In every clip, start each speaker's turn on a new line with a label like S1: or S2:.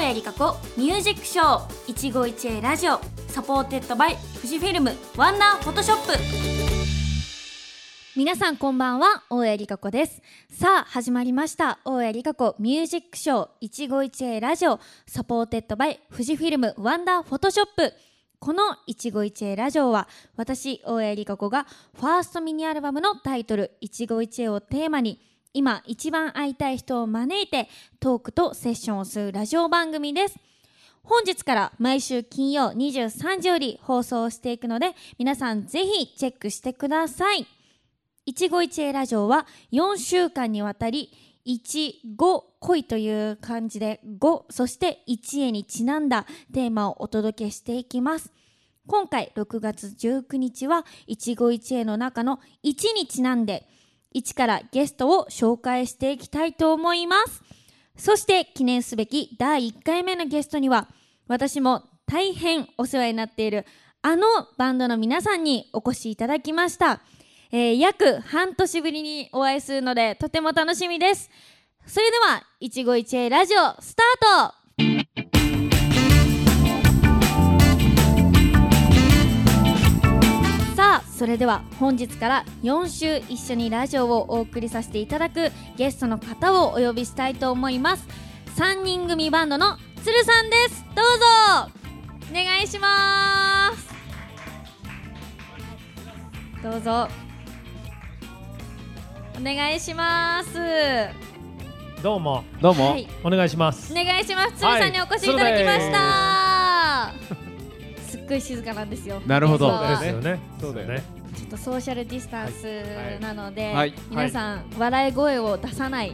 S1: 谷理香子ミュージックショー一期一会ラジオサポーテッドバイフジフィルムワンダーフォトショップ
S2: 皆さんこんばんは大江理香子ですさあ始まりました大江理香子ミュージックショー一期一会ラジオサポーテッドバイ富士フィルムワンダーフォトショップこの一期一会ラジオは私大江理香子がファーストミニアルバムのタイトル一期一会をテーマに今一番会いたい人を招いてトークとセッションをするラジオ番組です本日から毎週金曜23時より放送していくので皆さんぜひチェックしてください一期一会ラジオは4週間にわたり一五恋という漢字で五そして一会にちなんだテーマをお届けしていきます今回6月19日は一期一会の中の1にちなんで1からゲストを紹介していきたいと思いますそして記念すべき第1回目のゲストには私も大変お世話になっているあのバンドの皆さんにお越しいただきました、えー約半年ぶりにお会いするのでとても楽しみですそれでは一期一会ラジオスタートさあそれでは本日から4週一緒にラジオをお送りさせていただくゲストの方をお呼びしたいと思います3人組バンドのつるさんですどうぞお願いしますどうぞお願いしますは
S3: どうも
S4: どうも、
S2: い
S3: お願いします
S2: お。願いしますつるさんにお越しいただきました、すっごい静かなんですよ
S4: なるほど
S2: 実は
S4: そうですよ
S3: ね。
S4: そうだよね。
S2: ちょっとソーシャルディスタンスなので、
S4: いはい
S2: 皆さん、笑い声を出さない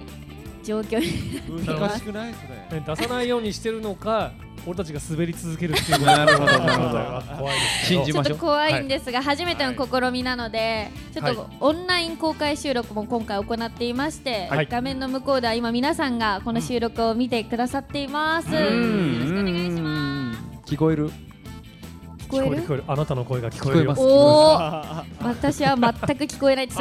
S2: 状況に
S4: 難しくないそれ
S3: ね出さないようにしてるのか、俺たちが滑り続けるっていう。
S4: なるほ どなるほど
S3: 怖いですけど。
S4: 信
S2: ち
S4: じ
S2: ょ
S4: ま
S2: っ
S4: しょ
S2: と
S4: う
S2: 怖いんですが、初めての試みなので、ちょっとオンライン公開収録も今回行っていまして、
S3: はい
S2: 画面の向こうでは今皆さんがこの収録を見てくださっています。よ
S4: うん
S2: ろしくお願いします。
S4: 聞こえる
S2: 聞こえる
S3: 聞こえる。あなたの声が聞こえる
S4: 聞
S3: よ。
S4: こ
S2: おお、私は全く聞こえないです。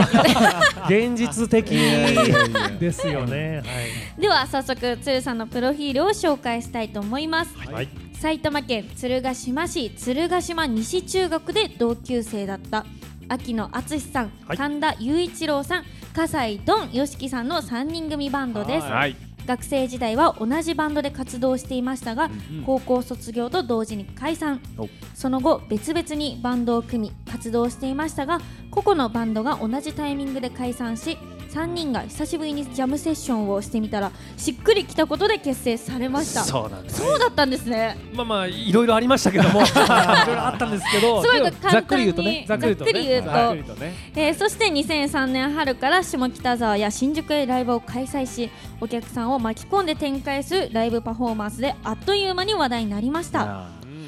S3: 現実的
S4: いやいやい や
S3: ですよね。
S2: では早速鶴さんのプロフィールを紹介したいと思います。
S3: はい。はい。
S2: 埼玉県鶴ヶ島市鶴ヶ島西中学で同級生だった秋野敦さん、
S3: はい
S2: 神田雄一郎さん笠井ドン YOSHIKI さんの3人組バンドです
S4: はい
S2: 学生時代は同じバンドで活動していましたが、高校卒業と同時に解散
S4: お
S2: その後別々にバンドを組み活動していましたが個々のバンドが同じタイミングで解散し3人が久しぶりにジャムセッションをしてみたらしっくりきたことで結成されました
S3: そうなんです。
S2: そうだったんですね
S3: まあまあいろいろありましたけども、いろいろあったんですけど、
S2: すごいこれ
S3: でも
S2: 簡単に
S3: ざっくり言うとね
S2: 言うと
S4: ざっくりとね
S2: えーそして2003年春から下北沢や新宿へライブを開催しお客さんを巻き込んで展開するライブパフォーマンスであっという間に話題になりました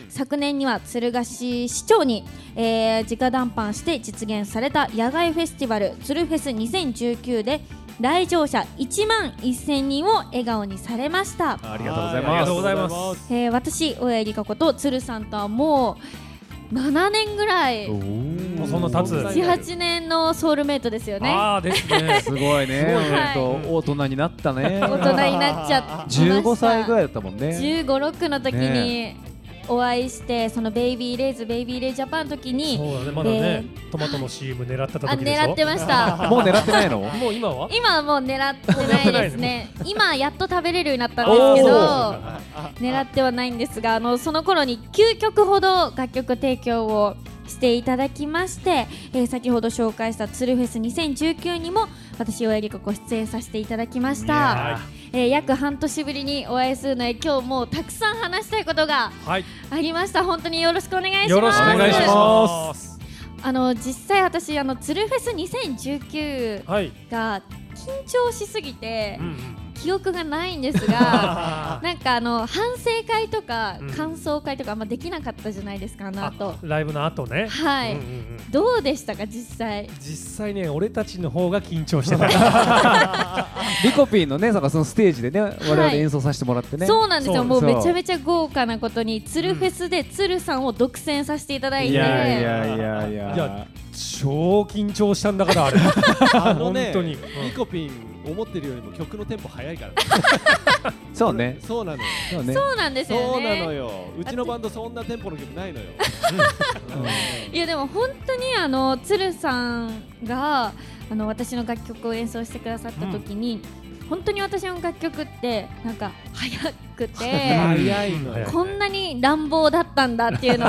S2: 昨年には鶴ヶ市市長に、えー直談判して実現された野外フェスティバル鶴フェス2019で来場者1万1000人を笑顔にされました
S4: あ
S3: あ
S4: りがとうございます
S3: ありがとうございます。
S2: えー私、大江里香子と鶴さんとはもう7年ぐらい、
S3: も
S4: も
S3: うそんな経つ
S2: 7、8年のソウルメイトですよね。
S3: ああですね
S4: す。ごいね
S2: はい
S4: 本当大人になったね
S2: 大人になっちゃって
S4: 15歳ぐら
S2: い
S4: いだったもんね
S2: 15、6の時にお会いして、そのベイビーレイズ、ベイビーレイジャパンの時に、
S3: そうだね。まだね
S2: え、
S3: トマトの CM 狙ってた
S2: あ
S3: 時でしょ。
S2: 狙ってま した。
S4: もう狙ってないの
S3: もう今は？
S2: 今はもう狙ってないですね。今やっと食べれるようになったんですけ
S3: お
S2: ど、
S3: ー
S2: 狙ってはないんですが、あのその頃に9曲ほど楽曲提供をしていただきまして、えー先ほど紹介した鶴フェス2019にも私大江理子子出演させていただきまし
S4: い
S2: た
S4: や。
S2: えー約半年ぶりにお会いするので、今日もうたくさん話したいことが
S3: はい。
S2: ありました。本当によろしくお願いします。
S3: よろしくお願いしま。
S4: ます
S2: あの実際私あの鶴フェス2019
S3: はい。
S2: が緊張しすぎて。
S3: ん。
S2: 記憶がないんです がなんかあの反省会とか
S3: うん
S2: 感想会とかあんまできなかったじゃないですかあの後
S3: ライブの後ね。
S2: はい、
S3: うんうんうん
S2: どうでしたか実際
S3: 実際ね、俺たちの方が緊張してた。
S4: リコピンのねなんかそのステージでね我々演奏させてもらってね
S2: そうなんですよ
S3: そう
S2: もう
S4: そう
S2: めちゃめちゃ豪華なことに鶴フェスで鶴さんを独占させていただいて
S4: いやいやいやい
S3: いや
S4: や
S3: 超緊張したんだからあれ。
S5: あのね、
S3: 本当に
S5: リコピン思ってるよりも曲のテンポ早いからね、
S4: そうね
S5: そうなのよ
S4: そうね
S2: そうなんですよね
S5: そうなのようちのバンドそんなテンポの曲ないのよ
S2: いやでも本当にあの鶴さんがあの私の楽曲を演奏してくださった時に、本当に私の楽曲ってなんか早くて
S5: 早いのよ
S2: こんなに乱暴だったんだっていうの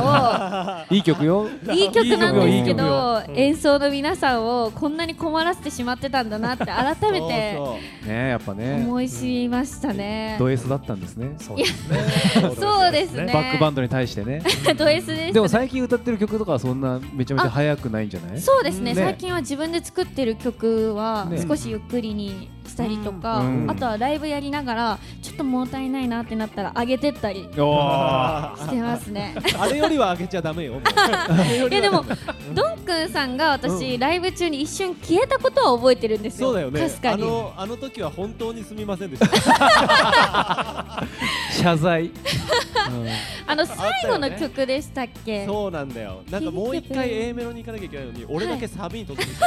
S4: いい曲よ
S2: をいい曲なんですけ
S3: いい曲
S2: ど
S3: よいい曲ようん
S2: 演奏の皆さんをこんなに困らせてしまってたんだなって改めて
S5: そう
S4: ねやっぱね
S2: 思い知りましたね。
S4: ド S だったんですね
S3: そうです
S5: そう
S2: そうですね。
S4: バックバンドに対してね
S2: ド S ですね
S4: でも最近歌ってる曲とかはそんなめちゃめちゃ速くないんじゃない
S2: そうですね
S4: ね
S2: 最近は自分で作ってる曲は
S4: ね
S2: 少しゆっくりにしたりとか、
S4: うんうん
S2: あとはライブやりながらちょっと物足りないなってなったら上げてったり
S4: お
S2: してますね
S5: あれよりは上げちゃダメよもう
S2: いやでもドンくんさんが私、ライブ中に一瞬消えたことは覚えてるんですよ
S5: そうだよね
S2: 確か
S5: あ
S2: に
S5: のあの時は本当にすみませんでした
S4: ー謝罪
S2: あの
S5: たよね
S2: 最後の曲でしたっけ
S5: そうなんだよなんかもう一回 A メロに行かなきゃいけないのに俺だけサビに突入した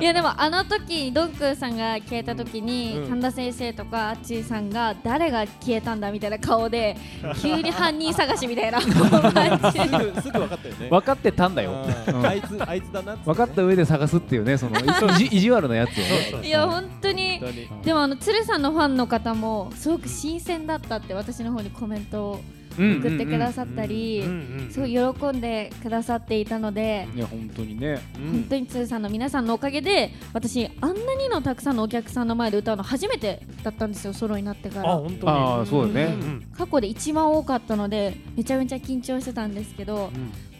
S2: いやでもあの時ドンくんさんが消えた時に、
S5: うん
S2: 神田先生とかあっちーさんが誰が消えたんだみたいな顔 で急に犯人探しみたいな感じ
S5: すぐすぐ分かったよね。
S4: 分かってたんだよ
S5: う
S4: うん
S5: んあいつあいつだなっつって
S4: 分
S5: ね。
S4: かった上で探すっていうね そのい意地意地悪なやつをね
S2: いや本当に
S5: 本当に。
S2: でもあの鶴さんのファンの方もすごく新鮮だったって私の方にコメントを
S4: うん
S2: 送ってくださったりすごい喜んでくださっていたので
S4: いや本当にね
S5: うん
S2: 本当に鶴さんの皆さんのおかげで私あんなにのたくさんのお客さんの前で歌うの初めてだったんですよソロになってか
S3: あ
S2: ら
S3: 本当に
S4: ああそうだね
S3: うん
S2: 過去で一番多かったのでめちゃめちゃ緊張してたんですけども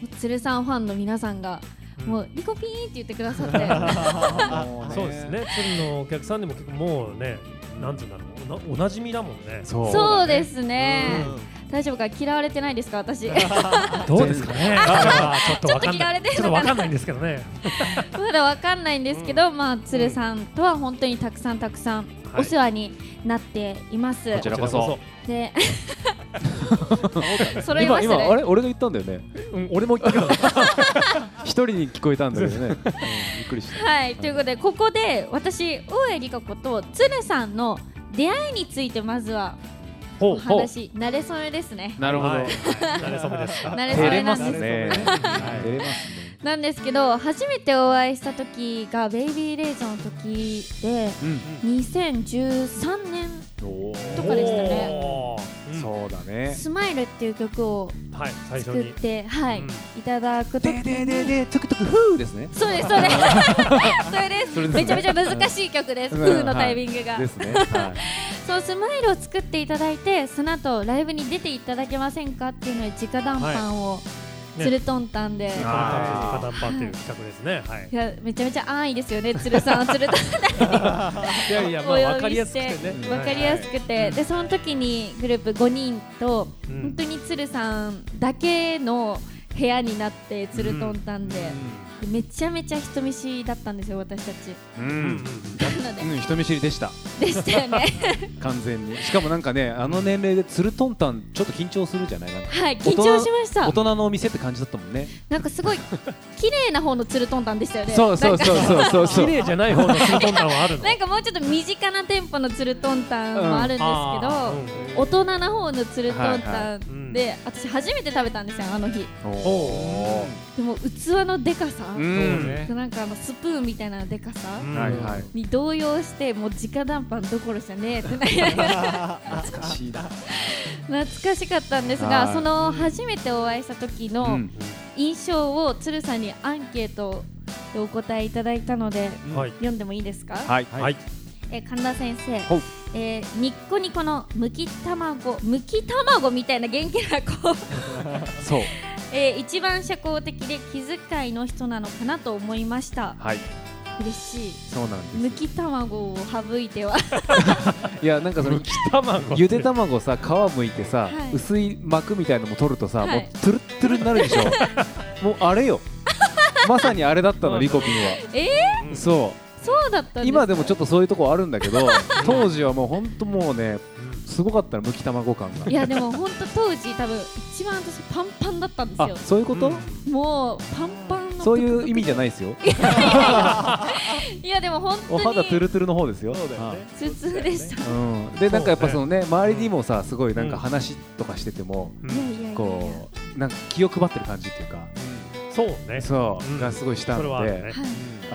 S2: う鶴さんファンの皆さんがもうリコピーンって言ってくださって
S3: そうですね鶴のお客さんでも結構もうねなんていうんだろうおなおなじみだもんね
S4: そう
S2: そうですね
S5: うん
S2: 大丈夫か嫌われてないですか私
S3: どうですかねちょっとわか
S2: ちょっと
S3: ん
S2: 嫌われ
S3: ない
S2: てるのかな
S3: ちょっとわかんないんですけどね
S2: まだわかんないんですけど、まあ鶴さんとは本当にたくさんたくさん
S3: はい
S2: お世話になっています。
S4: こちらこそ
S2: で、 揃いま
S4: 今
S2: した
S4: 今あ
S2: ね。
S4: れ俺が言ったんだよね
S3: うん俺も言ったけど
S4: 一人に聞こえたんだけどねうんびっくりした
S2: はい、ということでここで私大江里香子と鶴さんの出会いについてまずは
S3: ほ
S2: お
S3: ほ
S2: 話慣れ初めですね。
S4: なるほど
S3: はい慣れ初めです
S2: 慣れ初
S4: 照
S2: め
S4: れ
S2: な
S4: ま
S2: ん
S4: す
S2: です。
S4: ね
S3: い
S4: 照れますね
S2: なんですけど初めてお会いした時がベイビーレイジョンの時で
S4: うん
S2: 2013年
S4: おー
S2: とかでしたね
S3: おーうん
S4: そうだね
S2: スマイルっていう曲を
S3: はい最初
S2: 作っ
S3: に
S2: てはい、
S3: うん
S2: いただく時
S4: で
S2: に
S4: でででトゥクトゥクフーですね
S2: そうです、 そうです。それです。
S4: それですね
S2: めちゃめちゃ難しい曲です。
S4: うん
S2: フーのタイミングが。
S4: ですねはい
S2: そう、スマイルを作っていただいて、その後ライブに出ていただけませんかっていうので、直談判を。
S3: ね
S2: つるとんたんで。
S3: カ
S4: あー
S3: タンパンっていう企画ですねはい
S2: いや、めちゃめちゃ安易ですよね、つるさん、つるとん
S3: いやいや、まあ、わかりやすくてね。
S2: わかりやすくて、で、その時にグループ5人と、
S3: うん
S2: 本当につるさんだけの。部屋になってつるとんたんで、でめちゃめちゃ人見知りだったんですよ私たち
S3: う
S4: う
S3: んん。
S2: なので、
S4: うん人見知りでした
S2: でしたよね
S4: 完全にしかもなんかねあの年齢でつるとんたんちょっと緊張するじゃないなんか
S2: はい緊
S4: 大人
S2: 張しました
S4: 大人のお店って感じだったもんね
S2: なんかすごい綺麗な方のツルトンタンでしたよね。
S4: そうそうそうそうそうそ
S3: 綺
S4: う
S3: 麗じゃない方のスルトンタンはあるの。
S2: なんかもうちょっと身近な店舗のツルトンタンもあるん
S3: あ
S2: ですけど、大人な方のツルトンタン
S3: はい
S2: で、私初めて食べたんですよあの日。
S4: お
S3: ーお
S2: でも器のでかさ、
S3: ー
S4: うん
S3: ね。
S2: なんかあのスプーンみたいなのでかさ。
S3: うん
S4: はいはい
S2: に動揺してもう直談判どころじゃねえってなりながら
S4: 懐かしいな
S2: 懐かしかったんです
S4: は
S2: が
S4: い
S2: その初めてお会いした時
S4: う
S2: の
S4: ん
S2: 印象を鶴さんにアンケートでお答えいただいたので
S3: はい。
S2: 読んでもいいですか
S4: はい
S3: はい。
S2: えー神田先生
S4: ほう、
S2: えーニッコニコのむき卵むき卵みたいな元気な子、
S4: そう
S2: えー一番社交的で気遣いの人なのかなと思いました
S4: はい
S2: 嬉しい
S4: そうなん
S2: む
S4: で
S2: き卵を省いては
S4: すいやなんかその
S3: 卵。
S4: ゆで。卵さ皮むいてさ
S2: はい
S4: 薄い膜みたいのも取るとさ
S2: はい
S4: もうトゥルットゥルになるでし ょもうあれよまさにあれだったのリコピンは
S2: え
S3: うん
S4: そ
S2: そうだったんです
S4: う今でもちょ
S2: っ
S4: っとそういうとこあるんだけ ど当時はもうほんともうねすごかったのむき卵感が
S2: いやでも本当当時多分一番私パンパンだったんです
S4: あ
S2: よ
S4: そういうこと
S3: うん
S2: もうパンパン
S4: そういう意味じゃないですよ。
S2: いやでも本
S4: お
S2: 当
S4: 肌
S2: に
S4: トゥルトゥルの方ですよ。
S5: そうだよね
S2: 頭痛でした。
S4: うん、でなんかやっぱそのね周りにもさすごいなんか話とかしてても、
S3: うん
S2: いやいやいやいや
S4: こうなんか気を配ってる感じっていうか、
S3: そうね
S4: そう、
S3: うん
S4: がすごいした
S3: それはあ
S4: の
S3: る
S4: で、
S3: ね
S2: はい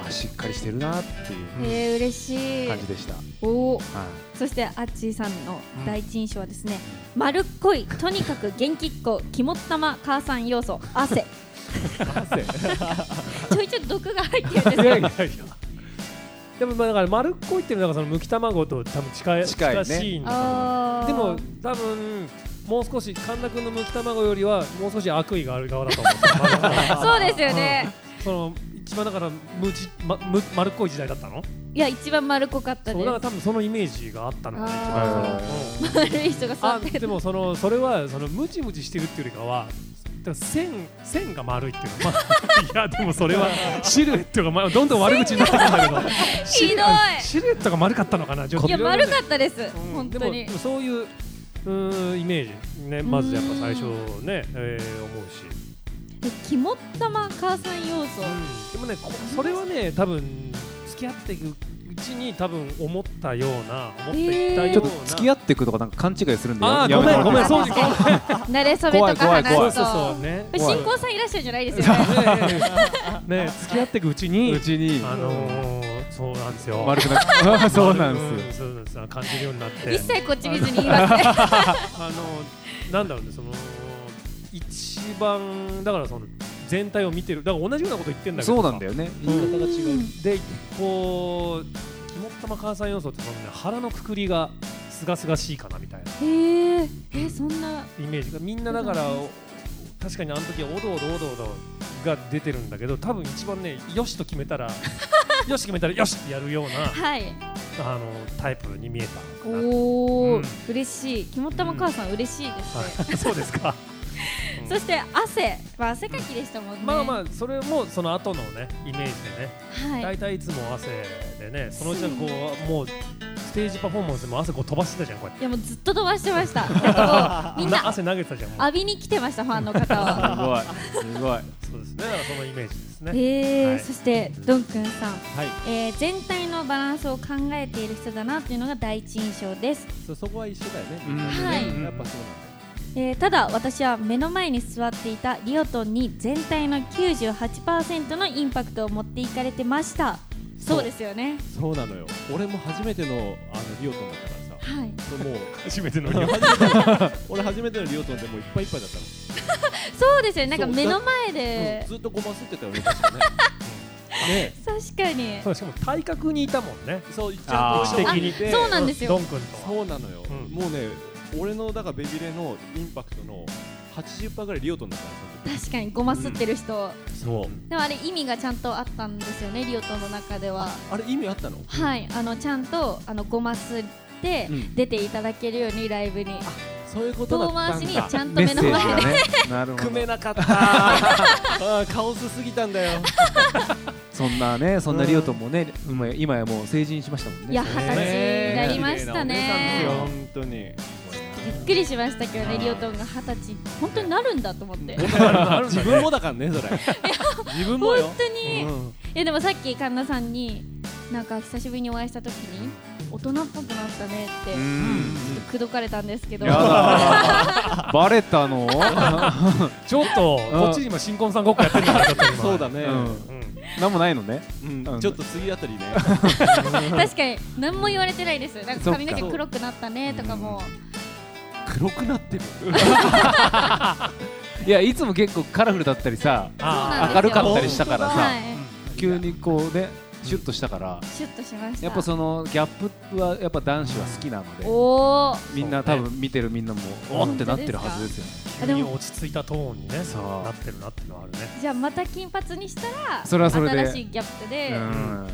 S4: あしっかりしてるなっていう
S3: うん
S2: えー、嬉しい
S4: 感じでした。は
S2: おー
S4: い
S2: そしてあっちーさんの第一印象はですね、丸っこいとにかく元気っ子肝っ玉母さん要素汗 ちょいちょい毒が入ってるんです
S3: い
S2: よ
S3: やいやいやでもまあだから丸っこいっていうのはなんかそのむき卵と多分近い
S4: 近いね
S3: しいんだと思う
S2: あー
S3: でも多分もう少し神田君のむき卵よりはもう少し悪意がある側だと思う
S2: そうですよね、
S3: その一番だから無知、ま、む丸っこい時代だったの
S2: いや一番丸っこかった
S3: そう
S2: で
S3: だ
S2: す
S3: から多分そのイメージがあったのね一
S2: あ
S3: 番そのうん
S2: 丸い人が座
S3: あ
S2: って
S3: で
S2: る
S3: もそのそれはそのムチムチしてるっていうよりかはだから線線が丸いっていうのは、まあ、 いやでもそれはシルエットが、まあ、どんどん悪口になってくるんだけど
S2: ひどい
S3: シルエットが丸かったのかなちょっと
S2: いや
S3: ろろ
S2: 丸かったです、
S3: うん
S2: 本当に
S3: でもそういううーんイメージねまずやっぱ最初ね、えー思うし、
S2: え肝っ玉母さん要素、
S3: でもねこそれはね多分付き合っていくうちに多分思ったような思っていったような、
S2: えー
S4: ちょっと付き合っていくとかなんか勘違いするんで
S3: あ
S4: や
S3: あ
S4: めて
S3: ごめんごめん
S4: もらっていいです
S3: そうで
S4: か
S3: すごめん
S2: 慣れ初めとか
S4: 怖い
S2: 話すと
S3: そ
S4: 怖
S3: う
S4: い
S3: そうそうね
S2: これ
S4: 怖い
S2: 新婚さんいらっしゃるんじゃないですよね
S3: ねね付き合っていくうちに
S4: うちに
S3: あのー、そうなんですよ
S4: 悪くなっあそうなんですよ。
S3: すよ、うんそうなんですよ感じるようになって
S2: 一切こっち見ずに言います ね
S3: あのなんだろうねその一番だからその全体を見てるだから同じようなこと言ってんだけど
S4: そ
S3: さ
S4: うなんだよね。
S5: 言い方が違う
S3: でこう肝っ玉母さん要素ってその、ね、腹のくくりがすがすがしいかなみたいな
S2: へええそんな
S3: イメージがみんなだからお確かにあの時はおどおどおどおどが出てるんだけど多分一番ねよしと決めた らよし決めたらよしってやるような
S2: はい
S3: あのタイプに見えたのか
S2: おお、
S3: うん
S2: 嬉しい肝っ玉母さん嬉しいです
S3: な、
S2: ね、
S3: はい、 そうですかうん
S2: そして汗、まあ、汗かきでしたもんね
S3: まあま
S2: あ
S3: あそれもその後のねイメージでね
S2: はい
S3: 大体いつも汗でねそのうちなんかこうもうステージパフォーマンスでも汗こう飛ばしてたじゃんこうやって
S2: いやもうずっと飛ばしてましたな んかこうみん
S3: な
S2: な
S3: 汗投げてたじゃんもう
S2: 浴びに来てましたファンの方 は
S4: すごいすごい。
S3: そうですねだからそのイメージですね、
S2: えー
S3: はい
S2: そしてドンくんさん、
S5: はい
S2: えー全体のバランスを考えている人だなっていうのが第一印象です、
S5: そそこは一緒だよね
S4: うん
S2: はい
S5: やっぱそうなんだ
S2: えーただ私は目の前に座っていたリオトンに全体の98%のインパクトを持っていかれてましたそうですよね
S5: そうなのよ俺も初めてのあのリオトンだったからさ
S2: はい
S5: も う
S3: 初めての日
S5: 俺
S3: 本
S5: 初めて俺初めてのリオトンでもういっぱいいっぱいだったの
S2: そうですよねなんか
S5: そう
S2: 目の前で、
S5: ずっとごま吸ってたよね確 かねね
S2: 確かに
S3: そうしかも体格にいたもんね
S5: そう一
S4: あ
S5: 応
S3: ー
S5: 的に
S2: あそうなんですよ
S3: ドン君とは
S5: そうなのよ、
S3: うん
S5: もうね俺のだからベビレのインパクトの80%ぐらいリオトンだったの
S2: 確かにごま吸ってる人、
S5: その時そう
S2: でもあれ意味がちゃんとあったんですよねリオトンの中では
S5: あれ意味あったの
S2: はいあのちゃんとあのごま吸って
S4: うん
S2: 出ていただけるようにライブに
S5: そういうことだ
S2: 遠
S5: った
S2: 回
S5: ん
S2: しに
S5: だ
S2: ちゃんと
S4: メッ
S2: 目
S4: セ
S2: の
S4: ージ
S2: 前
S4: が
S2: で
S4: ね。なるほ
S5: 組め
S4: ど。
S5: なかったあーカオスすぎたんだよ
S4: そんなねそんなリオトンもね今や今やもう成人しましたもんね。
S2: いや二十歳になりましたね
S5: 綺麗なお姉さんですよ本当に
S2: びっくりしましたけどねリオトンが二十歳本当になるんだと思 って本
S5: 自分もだからねそれ自分もよ
S2: 当に、い
S5: うん
S2: やでもさっき神田さんになんか久しぶりにお会いした時に大人っぽくなったねって
S4: う
S2: ち
S4: ん。
S2: ょっと口説かれたんですけど
S4: やだーバレたの？
S3: ちょっと
S4: うん
S3: こっち今新婚さんごっこやってるからちょっと今
S5: そうだね、
S4: うん
S3: うん
S4: なんもないのね。
S5: うん
S4: うん
S5: ちょっと次あたりね
S2: 確かに何も言われてないですなんか髪の毛
S4: そっか
S2: 黒くなったねとかも
S5: 黒くなってる
S4: いやいつも結構カラフルだったりさ
S2: あ
S4: 明るかったりしたからさ
S2: はい
S4: 急にこうねシュッとしたから。
S2: シュッとしました
S4: やっぱそのギャップはやっぱ男子は好きなので
S2: おー
S4: みんな多分見てるみんなもおっってなってるはずですよね
S2: あ
S3: 急
S2: でも
S3: に落ち着いたトーンにね
S4: そう
S3: なってるなっていうのはあるね
S2: じゃあまた金髪にしたら
S4: それはそれで
S2: 新しいギャップで、
S4: う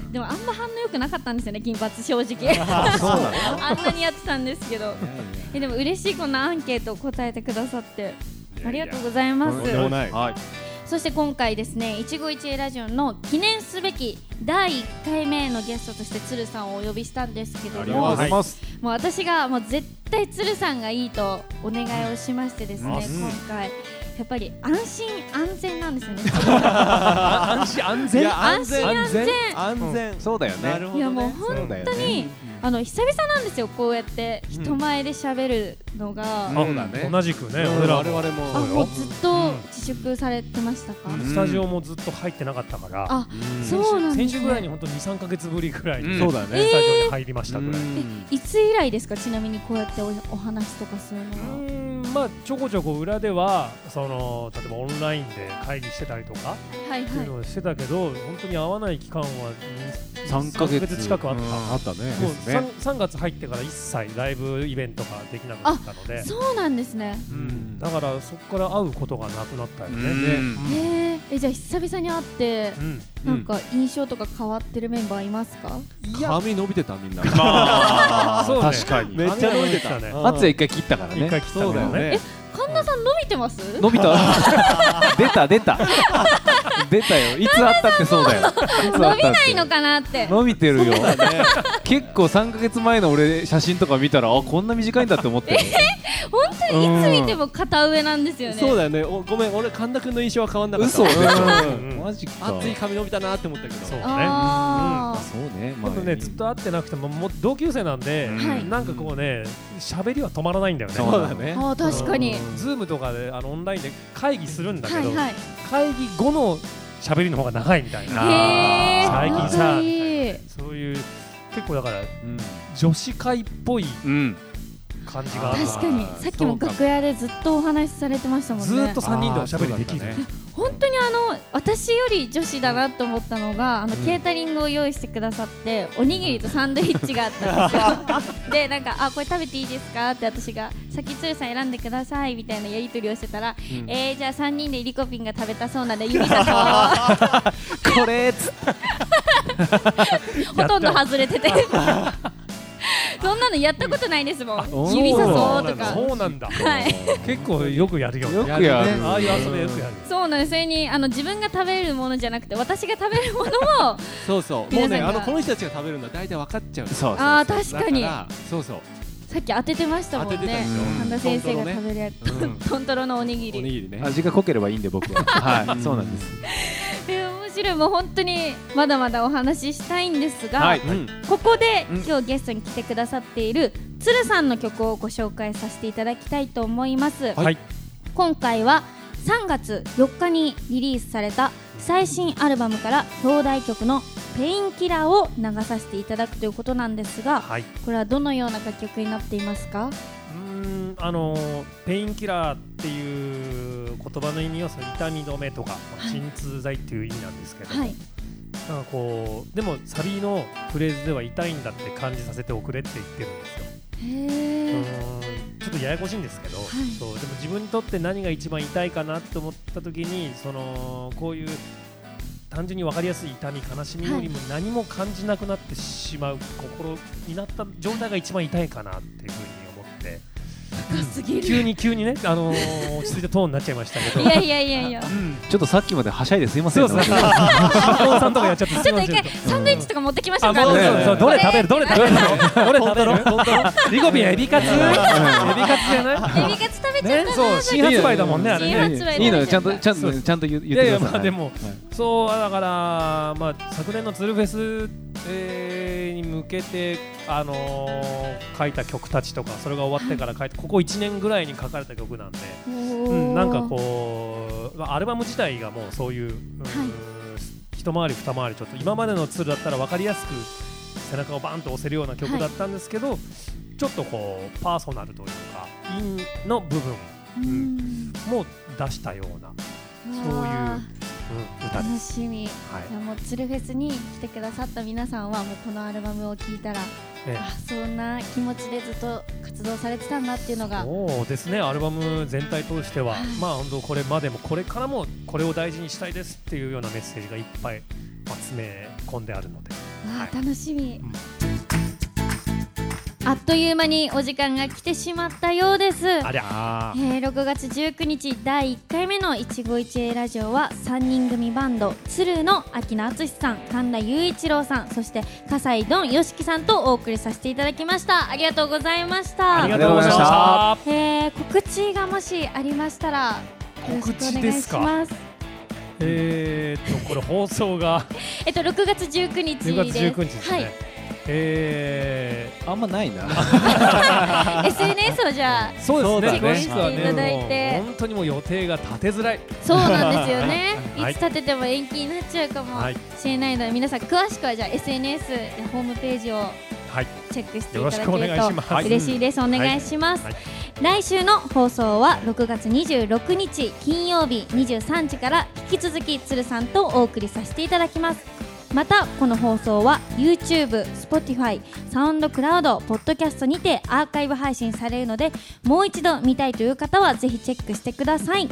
S4: ん
S2: でもあんま反応良くなかったんですよね金髪正直
S4: あそうな の
S2: あんなにやってたんですけどえでも嬉しいこんなアンケートを答えてくださってありがとうございます
S5: とんでもない
S4: はい
S2: そして今回ですね一期一会ラジオの記念すべき第1回目のゲストとして鶴さんをお呼びしたんですけど
S5: あ
S4: あり
S5: り
S4: が
S5: が
S4: とうござ
S5: とうござ
S4: い
S5: い
S4: ま
S5: ます
S2: もう私がもう絶対鶴さんがいいとお願いをしましてですね、今回、やっぱり安心安全なんですよね
S3: 安心安全
S5: いや
S2: 安心安全
S5: 安全、
S4: うんそうだよね
S5: なるほど、ね、
S2: いやもう
S4: そう
S2: 本
S4: だよ
S2: 当
S4: ね
S2: にあの久々なんですよこうやって人前で喋るのが、
S4: うん
S2: あ
S4: そうだね
S3: 同じくね、
S5: うん
S3: 俺ら
S5: 我々も
S3: そうよ
S2: もうずっと
S3: うん
S2: 自粛されてましたか、
S4: うん
S3: スタジオもずっと入ってなかったから、
S2: あそうなんですね
S3: 先週ぐらいに本当に2、3か月ぶりぐらいに、
S4: うん
S3: そ
S4: そうう
S3: だ
S4: だ
S3: ね、
S4: ね
S3: スタジオに入りましたぐらい。う
S4: うん
S2: いつ以来ですかちなみにこうやっておお話とかするのは、
S3: ーんまあ、ちょこちょこ裏ではその例えばオンラインで会議してたりとか
S2: はい
S3: って
S2: は
S3: い
S2: い
S3: うのをしてたけど、本当に会わない期間はに
S4: 三ヶ
S3: 三
S4: 月
S3: 近くあっ
S4: うん
S3: た
S4: あったね
S3: もう
S4: ですね
S3: 3, 月入ってから一切ライブイベントができなくなったので、
S2: そうなんですね、
S3: うんだからそこから会うことがなくなったよね。
S4: うん
S2: へええじゃあ久々に会って
S3: でうん
S2: なんか印象とか変わってるメンバーいますか、
S5: 髪伸びてたみんな
S4: あ
S3: そうね
S4: 確かに
S5: めっちゃ伸びて
S3: あ
S5: た
S3: れは伸びてたね
S4: あつは一回切ったから
S3: 一回
S4: ね
S3: 来た
S5: そうだよね
S2: 神田さん伸びてます
S4: 伸びた出た出た出 たよいつあったってそうだよいつあ
S2: 伸
S4: っ
S2: び
S4: たっ
S2: ない
S4: て
S2: のかなって
S4: 伸びてるよ
S5: そうだね
S4: 結構3か月前の俺写真とか見たらあこんな短いんだって思って
S2: 本当にいつ見ても片上なんですよね、
S5: そうだよねおごめん俺神田君の印象は変わんなかっ
S4: 嘘
S5: た
S3: うん
S4: マジか
S5: 熱い髪伸びたなって思ったけど
S3: そうね
S2: あ
S4: そうね
S3: ちょっとね、ずっと会ってなくても、もう同級生なんで、
S2: はい
S3: なんかこうね、喋りは止まらないんだよね。
S4: そうだ
S2: ー、
S4: ね
S2: あー確かに、
S3: ズームとかで、あのオンラインで会議するんだけ
S2: は
S3: ど
S2: い、はい
S3: 会議後の喋りの方が長いみたいな。
S2: へえ
S3: 最近さ
S2: 仲いい
S3: そういう、結構だから、
S4: うん
S3: 女子会っぽい
S4: うん
S3: 感じがある
S4: ー
S2: 確かに
S4: あー
S2: さっきも楽屋でずっとお話しされてましたもんね
S3: ずーっと3人でおしゃべりできる
S4: あーそうだったね
S2: 本当にあの私より女子だなと思ったのがあの、
S4: うん
S2: ケータリングを用意してくださっておにぎりとサンドイッチがあったんですよでなんかあこれ食べていいですかって私が先鶴さん選んでくださいみたいなやり取りをしてたら、
S4: うん
S2: えー、じゃあ3人でリコピンが食べたそうなんで指ささ
S4: これっつっ
S2: ほとんど外れててそんなのやったことないですもん
S4: そう
S2: 指さ
S3: そ
S2: そうう
S3: な
S2: と
S3: んだ
S2: か
S3: そうなんだ。
S2: はい
S3: 結構よくやるよね。
S4: よくやるね
S3: ああいう遊びはよくやる。
S2: そうなんですそれにあの自分が食べるものじゃなくて私が食べるものも
S5: そうそうもう
S2: 皆さん
S5: ね
S2: が
S5: あのこの人たちが食べるんだ大体分かっちゃう
S4: てそうそう
S2: あー確かに
S5: だらそうそう
S2: さっき当ててましたもん
S5: 当ててた
S2: ね
S5: でし
S4: ょ
S2: 神田先生が食べるや
S5: トントロね
S2: つトントロのおにぎ
S5: お
S2: り
S5: にぎりね
S4: 味が濃ければいいんで僕ははいそうなんです
S2: えー面白いもう本当にまだまだお話ししたいんですが、
S4: はい
S5: うん
S2: ここで
S4: うん
S2: 今日ゲストに来てくださっている鶴さんの曲をご紹介させていただきたいと思います、
S3: はい。
S2: 今回は3月4日にリリースされた最新アルバムから表題曲の「ペインキラー」を流させていただくということなんですが
S3: はい。
S2: これはどのような楽曲になっていますか
S3: うーんあのーペインキラーっていう言葉の意味はその痛み止めとか、まあ
S2: はい
S3: 鎮痛剤っていう意味なんですけど、
S2: はい
S3: なんかこうでもサビのフレーズでは痛いんだって感じさせておくれって言ってるんですよ。
S2: へ
S3: う
S2: え
S3: ーんちょっとややこしいんですけど、
S2: い
S3: そうでも自分にとって何が一番痛いかなと思った時にそのこういう単純に分かりやすい痛み悲しみよりも何も感じなくなってしまう心になった状態が一番痛いかなっていうふうに思って。
S2: 高すぎる
S3: 急に急にね、あのー、落ち着いたトーンになっちゃいましたけ
S2: い
S3: ど。
S2: やいやいやいや
S4: ちょっとさっきまではしゃいですいません
S3: そうそうそう。
S4: 本
S3: 加藤さんとかやっちゃって す
S2: ちょ
S3: い
S2: っと
S3: ま
S2: 一
S3: せん
S2: 回。サンドイッチとか持ってきましょう
S3: あ、
S2: か、
S3: そう
S4: ね
S3: そうそう、どれ食べる、どれ食べる、どれ食べる、リコピンエビカツ、エビカツじゃない。
S2: エビカツ食べちゃった
S3: ね、
S2: な、
S3: そう、新発売だもんね、あ
S4: 当
S3: れ
S4: に
S2: 新
S3: ね。
S2: 発売
S4: いいのよちゃん
S2: そ
S4: と
S2: う
S4: ちゃんとちゃんと言言
S3: い
S4: っ
S3: やい
S4: て
S3: や、
S4: くだ
S3: ま
S4: さ
S3: あ、
S4: い
S3: でも
S4: はい、
S3: そう、だから、まあ、昨年のツルフェス。えーに向けて、あのー、書いた曲たちとか、それが終わってから書いて、ここ1年ぐらいに書かれた曲なんで。うん、なんかこう、まあアルバム自体がもうそういう、うん一回り二回りちょっと今までのツールだったら分かりやすく背中をバンと押せるような曲だったんですけど、ちょっとこうパーソナルというかインの部分
S2: ううん
S3: も出したような、そういう、う
S2: わ
S3: ん、
S2: ー
S3: 歌で
S2: 楽
S3: す。
S2: しみ
S3: はい
S2: いやもうツルフェスに来てくださった皆さんはもうこのアルバムを聴いたら
S3: え
S2: あそんな気持ちでずっと活動されてたんだっていうのが
S3: そうですねアルバム全体通しては、
S2: はい
S3: まあ本当これまでもこれからもこれを大事にしたいですっていうようなメッセージがいっぱい集め込んであるので
S2: わあ楽しみ、
S3: うん
S2: あっという間にお時間が来てしまったようです
S3: ありゃ
S2: えー6月19日第1回目の「いちごいちえラジオ」は3人組バンド鶴の秋野敦さん神田雄一郎さんそして笠井ドンよしきさんとお送りさせていただきましたありがとうございました
S3: ありがとうございまし
S4: ありがとうご
S2: えー告
S3: た
S4: ざいました
S2: 知がもしありましたらよろしく
S3: 告
S2: お
S3: 知
S2: 願
S3: で
S2: い
S3: す
S2: し
S3: か
S2: ます。
S3: えー、っとこれ放送が
S2: えっと6月19日です。
S3: 10月19日ですね、
S2: はい。
S3: え
S4: あんまないな
S2: SNS をじゃあ
S3: ー、そうですね
S4: そうだね
S2: チェ
S3: 実は
S2: ックしていただいて
S3: もう本当にもう予定が立てづらい、
S2: そうなんですよね
S3: はい
S2: い、つ立てても延期になっちゃうかも
S3: はい
S2: しれないので、皆さん詳しくはじゃあ SNS でホームページを
S3: はい
S2: チェックしてい
S3: よ
S2: ただ
S3: ろし
S2: け
S3: くお願いし
S2: る
S3: ま
S2: と
S3: す、
S2: 嬉しいです、お願いします、
S3: はい
S2: 来週の放送は6月26日金曜日23時から引き続き鶴さんとお送りさせていただきますまたこの放送は YouTube、Spotify、サウンドクラウド、ポッドキャストにてアーカイブ配信されるのでもう一度見たいという方はぜひチェックしてください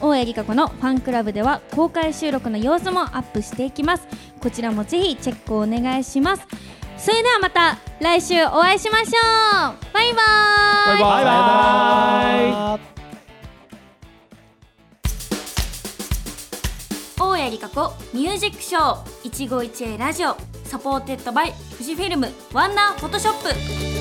S2: 大江里香子のファンクラブでは公開収録の様子もアップしていきますこちらもぜひチェックをお願いしますそれではまた来週お会いしましょうバイバーイ
S3: バイバイ
S1: 大谷理香子ミュージックショー一期一会ラジオサポーテッドバイフジフィルムワンダーフォトショップ